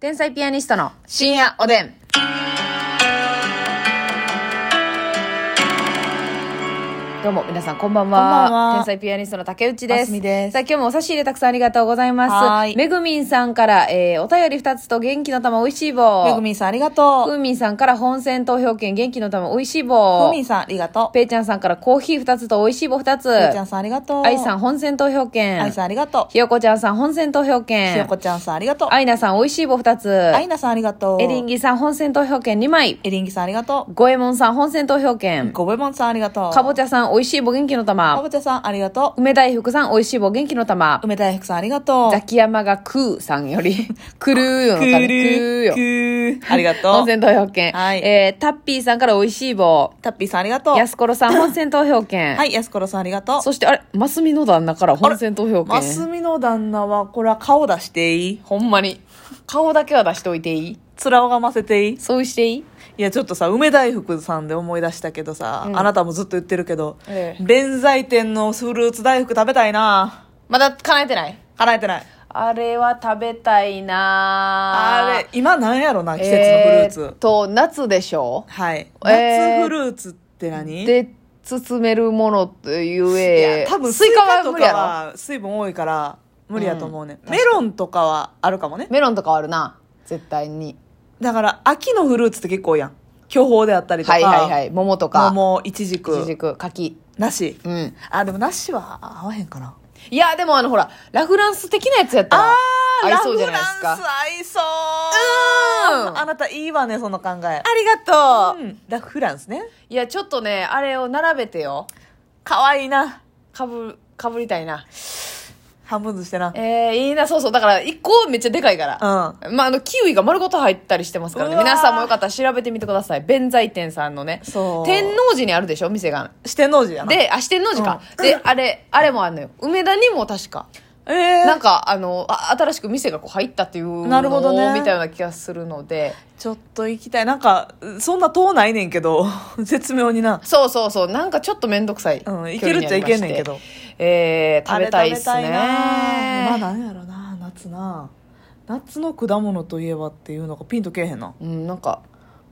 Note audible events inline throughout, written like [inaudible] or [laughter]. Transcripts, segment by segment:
天才ピアニストの深夜おでん。どうも皆さんこんばんはこんばんは天才ピアニストの竹内でますすみですさあ今日もお差し入れたくさんありがとうございまはすーいめぐみんさんから、えー、お便り2つと元気の玉おいしい棒めぐみんさんありがとふう。みんさんから本選投票券元気の玉おいしい棒ふみんさんありがとう。ぺいちゃんさんからコーヒー2つとおいしい棒2つぺーちゃんさんありがとう。あいさん。ん本選投票券あいさんありがとう。ひよこちゃんさん本選投票ひよ券こちゃんさんありがとう。あいなさんおいしい棒2つあいなさんありがとう。エリンギ。ギさん本選投票券2枚エリンギさんありがと五右衛門さん本選投票券う。ごべもんさんありがとう。かぼちちゃさんおいしい棒元気のゃか玉ぼちゃさんありがと梅大福さんおいしい棒元気の玉う。梅大福さんありがとう。ザキヤマがクーさんよ [laughs] りクルーよのく金るクーよくるありがと本う。選投票券、はいえー、タッピーさんからおいしい棒タッピーさんありがとう。やすころさん本選投票券、はい、やすころさんありがとう。そしてあれますみの旦那から本選投票マス券ミの旦那は、これは顔出していいほんまに顔だけは出しておいていい面をがませていいそうしていいいや、ちょっとさ、梅大福さんで思い出したけどさ、うんあなたもずっと言ってるけど、ええ弁財天のフルーツ大福食べたいなまだ叶えてない叶えてない。あれは食べたいなあれ、今なんやろな、季節のフルーツ。と夏でしょはい。えー夏フルーツって何、で包めるものといういえや、多分ススイイカカはは無理やろ水分多いから、無理やと思うね、うんメロンとかはあるかもね。メロンとかはあるな絶対にだから、秋のフルーツって結構やん。巨峰であったりとか、はいはいはい桃とか桃、いちじいちく、じく柿なし。うんあ、でもなしは合わへんかな。いやでもあのほらラフランス的なやつやったらあー合いそうじゃないですラフかランス合いそううんあなたいいわねその考えありがとう、ラフランスねいやちょっとねあれを並べてよ可愛いなかぶかぶりたいな半分ずしてなえー、いいなそうそうだから1個めっちゃでかいから、まあ、あのキウイが丸ごと入ったりしてますからねうわー皆さんもよかったら調べてみてください弁財天さんのね天そ王う寺にあるでしょ店がうん四天王寺やなであ四天王寺か、であれあれもあるのよ梅田にも確かええなんかあのあ新しく店がこう入ったっていうなるほどねみたいな気がするのでちょっと行きたいなんかそんな遠ないねんけど [laughs] 絶妙になそうそうそうなんかちょっと面倒くさい、うんいけるっちゃいけんねんけどえー、食べたいっすねあれ食べたいなまあなんやろな夏な夏の果物といえばっていうのがピンとけえへんなうんなんか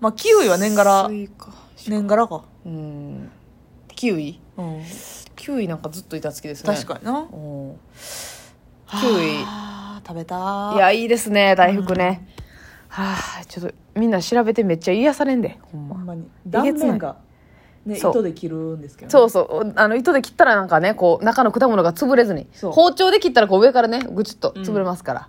まあキウイは年がらスイカ年がらかうんキウイうんキウイなんかずっといたつきですね確かになうんキウイあー食べたいやいいですね大福ね、はあちょっとみんな調べてめっちゃ癒されんでほんまほんまにえげ断つない面が、ね、そう糸で切るんですけど、ね、そうそうあの糸で切ったらなんかねこう中の果物が潰れずにそう包丁で切ったらこう上からねぐちっと潰れますから、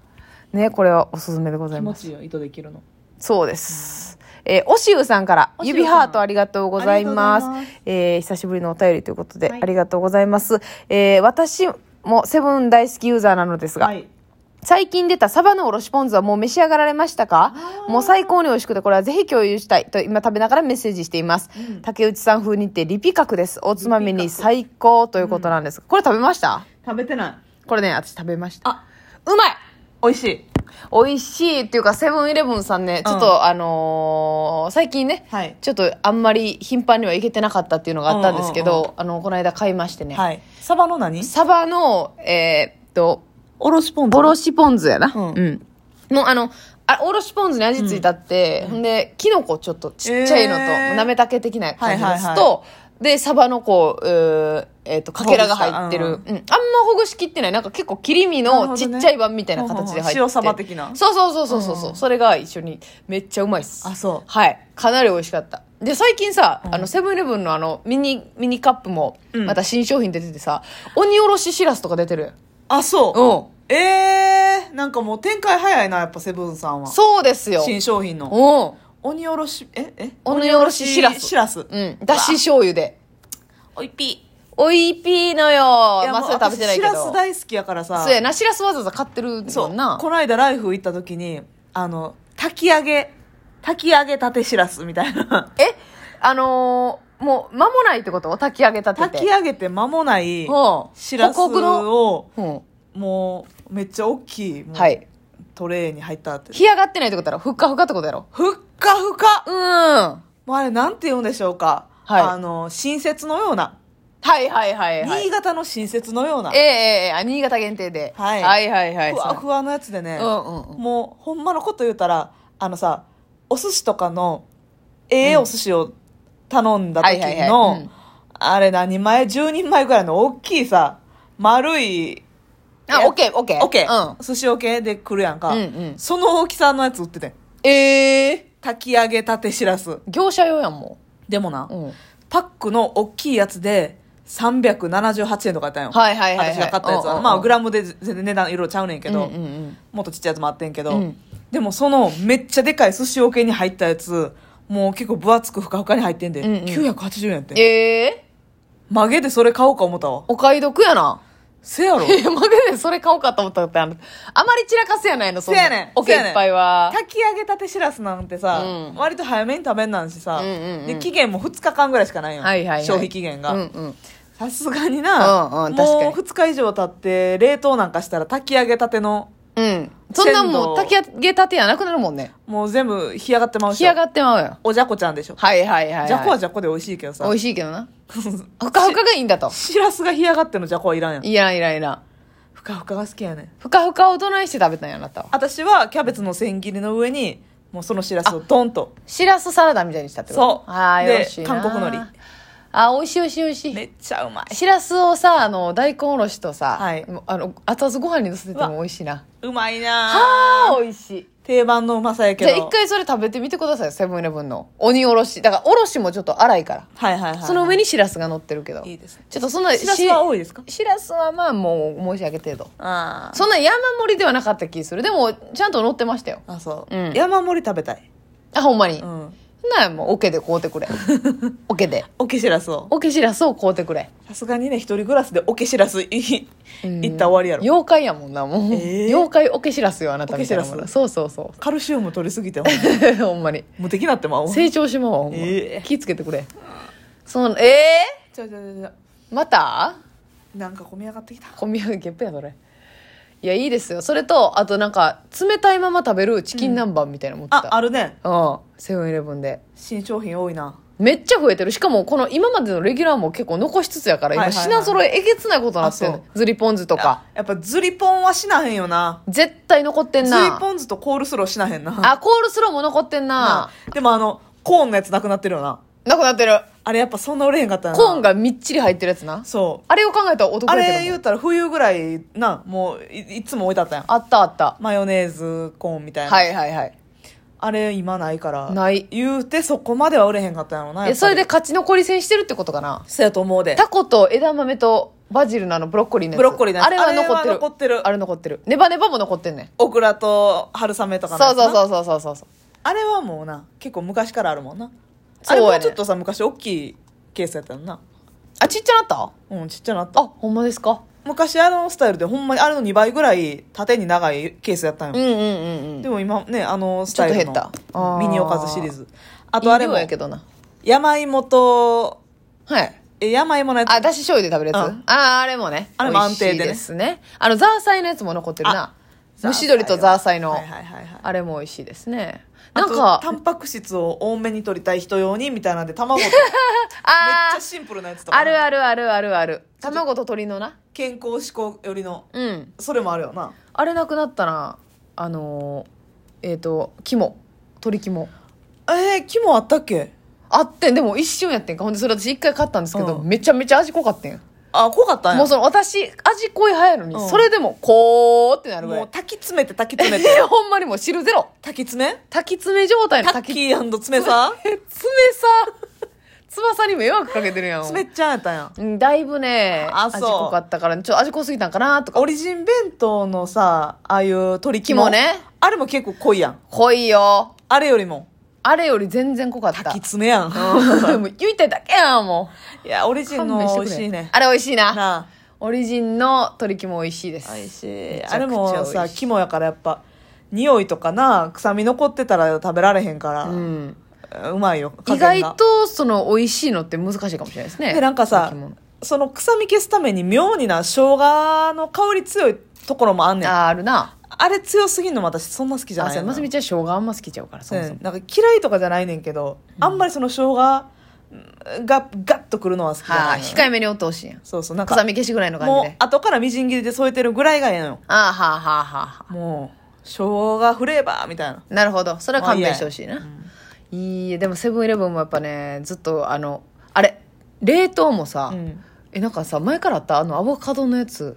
ねこれはおすすめでござい気持ますちいいよ糸で切るのそうです、えーおしうさんからおしうさん指ハートありがとうございますありがとうございますえー久しぶりのお便りということで、はいありがとうございます、えー私もセブン大好きユーザーなのですが、はい最近出たサバのおろしポン酢はもう召し上がられましたかもう最高に美味しくてこれはぜひ共有したいと今食べながらメッセージしています、竹内さん風にってリピ角ですおつまみに最高ということなんです、これ食べました食べてないこれね私食べましたあうまい美味しい美味しいっていうかセブンイレブンさんねちょっと、うあのー最近ね、はいちょっとあんまり頻繁には行けてなかったっていうのがあったんですけど、うんうんあのこの間買いましてね、はいサバの何サバのえーっとおろしポン酢おろしポン酢やな。ううんん。もうあの、あおろしポン酢に味付いたって、ほんで、キノコちょっとちっちゃいのと、えーなめたけ的な感じのやつと、はいはいで、サバのこう、えーえーと、かけらが入ってる。うん。あほぐしんまほぐしきってない。なんか結構切り身なるほのちどねっちゃい版みたいな形で入ってて。うんうんうん塩サバ的なそうそうそうそうそう。うそれが一緒に、めっちゃうまいっす。あそうはい。かなり美味しかった。で、最近さ、あの、セブンイレブンのあの、ミニ、ミニカップも、うんまた新商品出ててさ、鬼おろししらすとか出てるやん。あそううん。えー、なんかもう展開早いなやっぱセブンさんはそうですよ。新商品のお鬼おろしええ鬼おろししらすしらすうん。だし醤油で。おいぴおいぴーのよい。やまあ、もそうれ食べてないけ私しらどす。大好きやからさそうやな、しらすわざわざ買ってるもそんうな。この間ライフ行った時にあの炊き上げ炊き上げたてしらすみたいなえあのー、もう、間もないってこと炊き上げたてて。炊き上げて間もないほうしらすホクホクのをうん。もうめっちゃ大きいもうはい。トレーに入ったって干上がってないってことやろふっかふかってことやろふっかふかうーん。もうあれなんて言うんでしょうか、はいあの新雪のようなはいはいはいはい新潟の新雪のようなええええあ新潟限定で、はいはいはいはいふわそうふわのやつでね、うんうんうんもうほんまのこと言うたらあのさお寿司とかのええお寿司を頼んだ時はいはいはいうのんあれ何人前10人前ぐらいの大きいさ丸いあオッケーオッケーオッケー、うん寿司オケで来るやんか、うんうんその大きさのやつ売っててんええ炊き上げたてしらす業者用やんもでもな、う、うん、パックの大きいやつで378円とかやったんよ、はいはいはいはい私が買ったやつは、うんうんうんまあグラムで全然値段いろいろちゃうねんけど、うんうんうんもっとちっちゃいやつもあってんけど、うんでもそのめっちゃでかい寿司桶に入ったやつもう結構分厚くふかふかに入ってんで、うんうん980円やってええ曲げでそれ買おうか思ったわお買い得やな [laughs] せやろえマグでそれ買おうかと思ったってあのあまり散らかすやないのそんなせやねんオケせやねいっんぱいは炊き上げたてしらすなんてさ、うん割と早めに食べんなんしさ、うんうんうんで期限も2日間ぐらいしかないよ、はいはいはい消費期限うんうがんさすがにな、うんうん確かにもう2日以上経って冷凍なんかしたら炊き上げたてのうんそんなんもう炊き上げたてやなくなるもんねもう全部干上がってまうし干上がってまうよおじゃこちゃんでしょ、はいはいはい、はい、じゃこはじゃこで美味しいけどさ美味しいけどなふかふかがいいんだとしらすが干上がってのじゃこはいらんやんいやいらんいらんふかふかが好きやねんふかふかをどないして食べたんやあなたは私はキャベツの千切りの上にもうそのしらすをドンとしらすサラダみたいにしたってことそうああでよろしいな韓国海苔あ美味しい美味しい美味しい、めっちゃうまいしらすをさあの大根おろしとさ、はいあの後々ご飯にのせてても美味しいなうまいなああー美味しい定番のうまさやけじゃどあ一回それ食べてみてくださいセブンイレブンの鬼おろしだからおろしもちょっと粗いから、はいはいはいその上にしらすが乗ってるけどいいですねちょっとそんなしらすは多いですかしらすはまあもう申し上げ程度あそんな山盛りではなかった気するでもちゃんと乗ってましたよああそうう、ん山盛り食べたいあほんまに、うんなあもうオケで買うてくれ [laughs] オケでおけしらすをオケしらすを買うてくれさすがにね一人暮らしでおけしらすいうん行ったら終わりやろ、妖怪やもんなもう、えー妖怪オケしらすよあなたみたいなもオケのシラスそうそうそカルシウム取りすぎてほんまう [laughs] ほんまに無敵になってまう成長しまうわほんま、えー気ぃつけてくれそのえちょちょちょちょー、またなんか込み上がってきたコンビニのゲップやそれいやいいですよそれとあとなんか冷たいまま食べるチキン南蛮みたいなの持ってあた、あるねうん、セブンイレブンで新商品多いなめっちゃ増えてるしかもこの今までのレギュラーも結構残しつつやから今はいはいはい品揃ええげつないことになってんあのそうズリポン酢とかやっぱズリポンはしなへんよな絶対残ってんズリなポン酢とコールスローしなへんなあコールスローも残ってんなでもあのコーンのやつなくなってるよななくなってるあれやっぱそんな売れへんかったよなコーンがみっちり入ってるやつなそうあれを考えたらお得あやれけど言もうたら冬ぐらいなもういいつも置いてあったやんあったあったマヨネーズコーンみたいな、はいはいはいあれ今ないからない言うてそこまでは売れへんかったんやろなやっぱえりそれで勝ち残り戦してるってことかなそうやと思うでタコと枝豆とバジルのあのブロッコリーのやつブロッコリーのやつあれは残ってるあれは残ってるあれ残ってるネバネバも残ってんねんオクラと春雨とかそうのやそつうなそうそうそうそうそうあれはもうな結構昔からあるもんなそうやねあれもちょっとさ昔大きいケースやったのなあちっちゃなったうんちっちゃなったあほんまですか昔あのスタイルでほんまにあれの2倍ぐらい縦に長いケースやったんよ、うんうんうんうんでも今ねあのスタイルのちょっと減ったあーミニおかずシリーズああとあれもやけどな山芋とはいえ山芋のやつあだし醤油で食べるやつ、うんああれもねあれも安定でね美味しいですねあのザーサイのやつも残ってるなザ蒸ーサイはし鶏とザーサイの、はいはいはいはいあれも美味しいですねななんんかかタンパク質を多めに取りたい人用にみたいなんで [laughs] 卵とめっちあゃシンプルなやつとあかあるあるあるあるある卵と鶏のな健康志向よりのうんそれもあるよなあれなくなったなあのーえっ、と肝鶏肝えー、木もあったっけあってんでも一瞬やってんかほんでそれ私一回買ったんですけど、うんめちゃめちゃ味濃かってんあ濃かったんやもうその私味濃い派やのに、うんそれでもこうってなるぐらもうい炊き詰めて炊き詰めえて [laughs] ほんまにもう汁ゼロ [laughs] 炊き詰め炊き詰め状態のタッ炊きキー詰めさえ爪さ [laughs] 翼に迷惑かけてるやん詰めっちゃんやったんやうんだいぶねあそう味濃かったからちょっと味濃すぎたんかなとかオリジン弁当のさああいう鶏肝肝ねあれも結構濃いやん濃いよあれよりもあれより全然濃かった炊き詰めやん [laughs] うんもう言いたいだけやんもいやオリうジンの美味しいねあれ美味しいななあオリジンの鶏肝美味しいです美味しいめちゃくちゃあれも美さ味しい肝やからやっぱ匂いとかな臭み残ってたら食べられへんかうら、んうまいよ加意減が外とその美味しいのって難しいかもしれないですねでなんかさ鶏その臭み消すために妙にな生姜の香り強いところもあんね肝んあああるなれ強すぎんのも私そんな好きじゃあないそうのますみちゃん生姜あんま好きちゃうからそもそもうんなんか嫌いとかじゃないねんけど、あんまりその生姜がガッとくるのは好きじゃは、ないいのよ控えめにおってほしいんやそうそうなんか臭み消しぐらいの感もじうで後からみじん切りで添えてるぐらいがええのよああはあはあはあはもう生姜フレーバーみたいなあなるほどそれは勘弁してほしいな、もう嫌やいいえでもセブンイレブンもやっぱねずっとあのあれ冷凍もさ、うんえなんかさ前からあったあのアボカドのやつ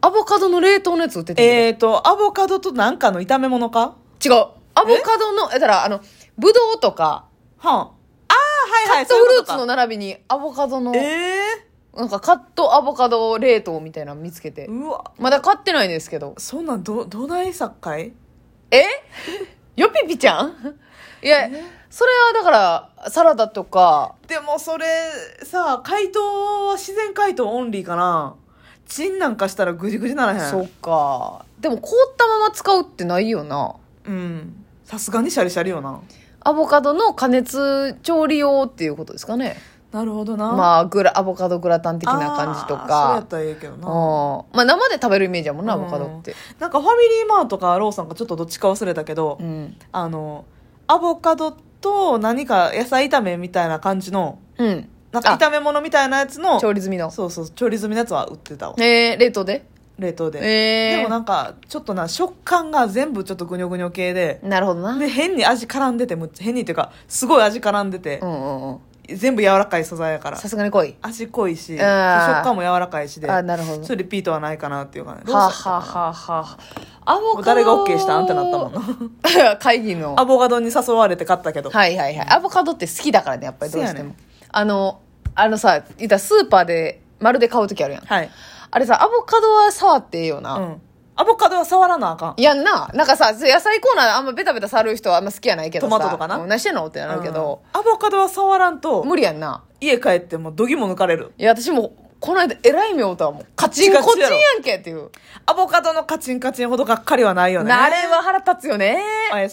アボカドの冷凍のやつ売ってて、えーとアボカドとなんかの炒め物か違うアボカドのえだからあのブドウとかはんああはいはカいットそうフいルうーこツとかの並びにアボカドの、えなんかカットアボカド冷凍みたいなの見つけてー、うわまだ買ってないんですけどそんなんどどない作会 [laughs] えよぴぴちゃんいやそれはだからサラダとかでもそれさ解凍は自然解凍オンリーかなチンなんかしたらぐじぐじならへんそうかでも凍ったまま使うってないよなうんさすがにシャリシャリよなアボカドの加熱調理用っていうことですかねなるほどなあまあグラアボカドグラタン的な感じとーそうやかったらええけどうんなまあ生で食べるイメージやもんなアうんボカドってなんかファミリーマートかローソンかちょっとどっちか忘れたけど、うん、あのアボカドと何か野菜炒めみたいな感じのうん、なんかあ炒め物みたいなやつの調理済みのそうそう調理済みのやつは売ってたわえー、冷凍で冷凍で、えー、でもなんかちょっとな食感が全部ちょっとぐにょぐにょ系でなるほどなで変に味絡んでてむっちゃ変にっていうかすごい味絡んでてう、んうんうん全部柔らかい素材やからさすがに濃い味濃いし食あー感も柔らかいしであーなるほどそれリピートはないかなっていうかねはあ、はあはあはあ、アボもカうド誰が OK したんってなったもんなな [laughs] 会議のアボカドに誘われて買ったけど、はいはいはいアボカドって好きだからねやっぱりどうしてせやも、ねんあのあのさ言ったらスーパーで丸で買う時あるやんはい、あれさアボカドは触ってええよな、うん、アボカドは触らなあかんいやんななんかさ野菜コーナーあんまベタベタ触る人はあんま好きやないけどさトマトとかなうん何してんのってなるけど、うんアボカドは触らんと無理やんな家帰ってもどぎも抜かれるいや私もこの間えらい目をうたわもうカチンカチンコチンやんけっていう、アボカドのカチンカチンほどがっかりはないよねなあれは腹立つよねあれ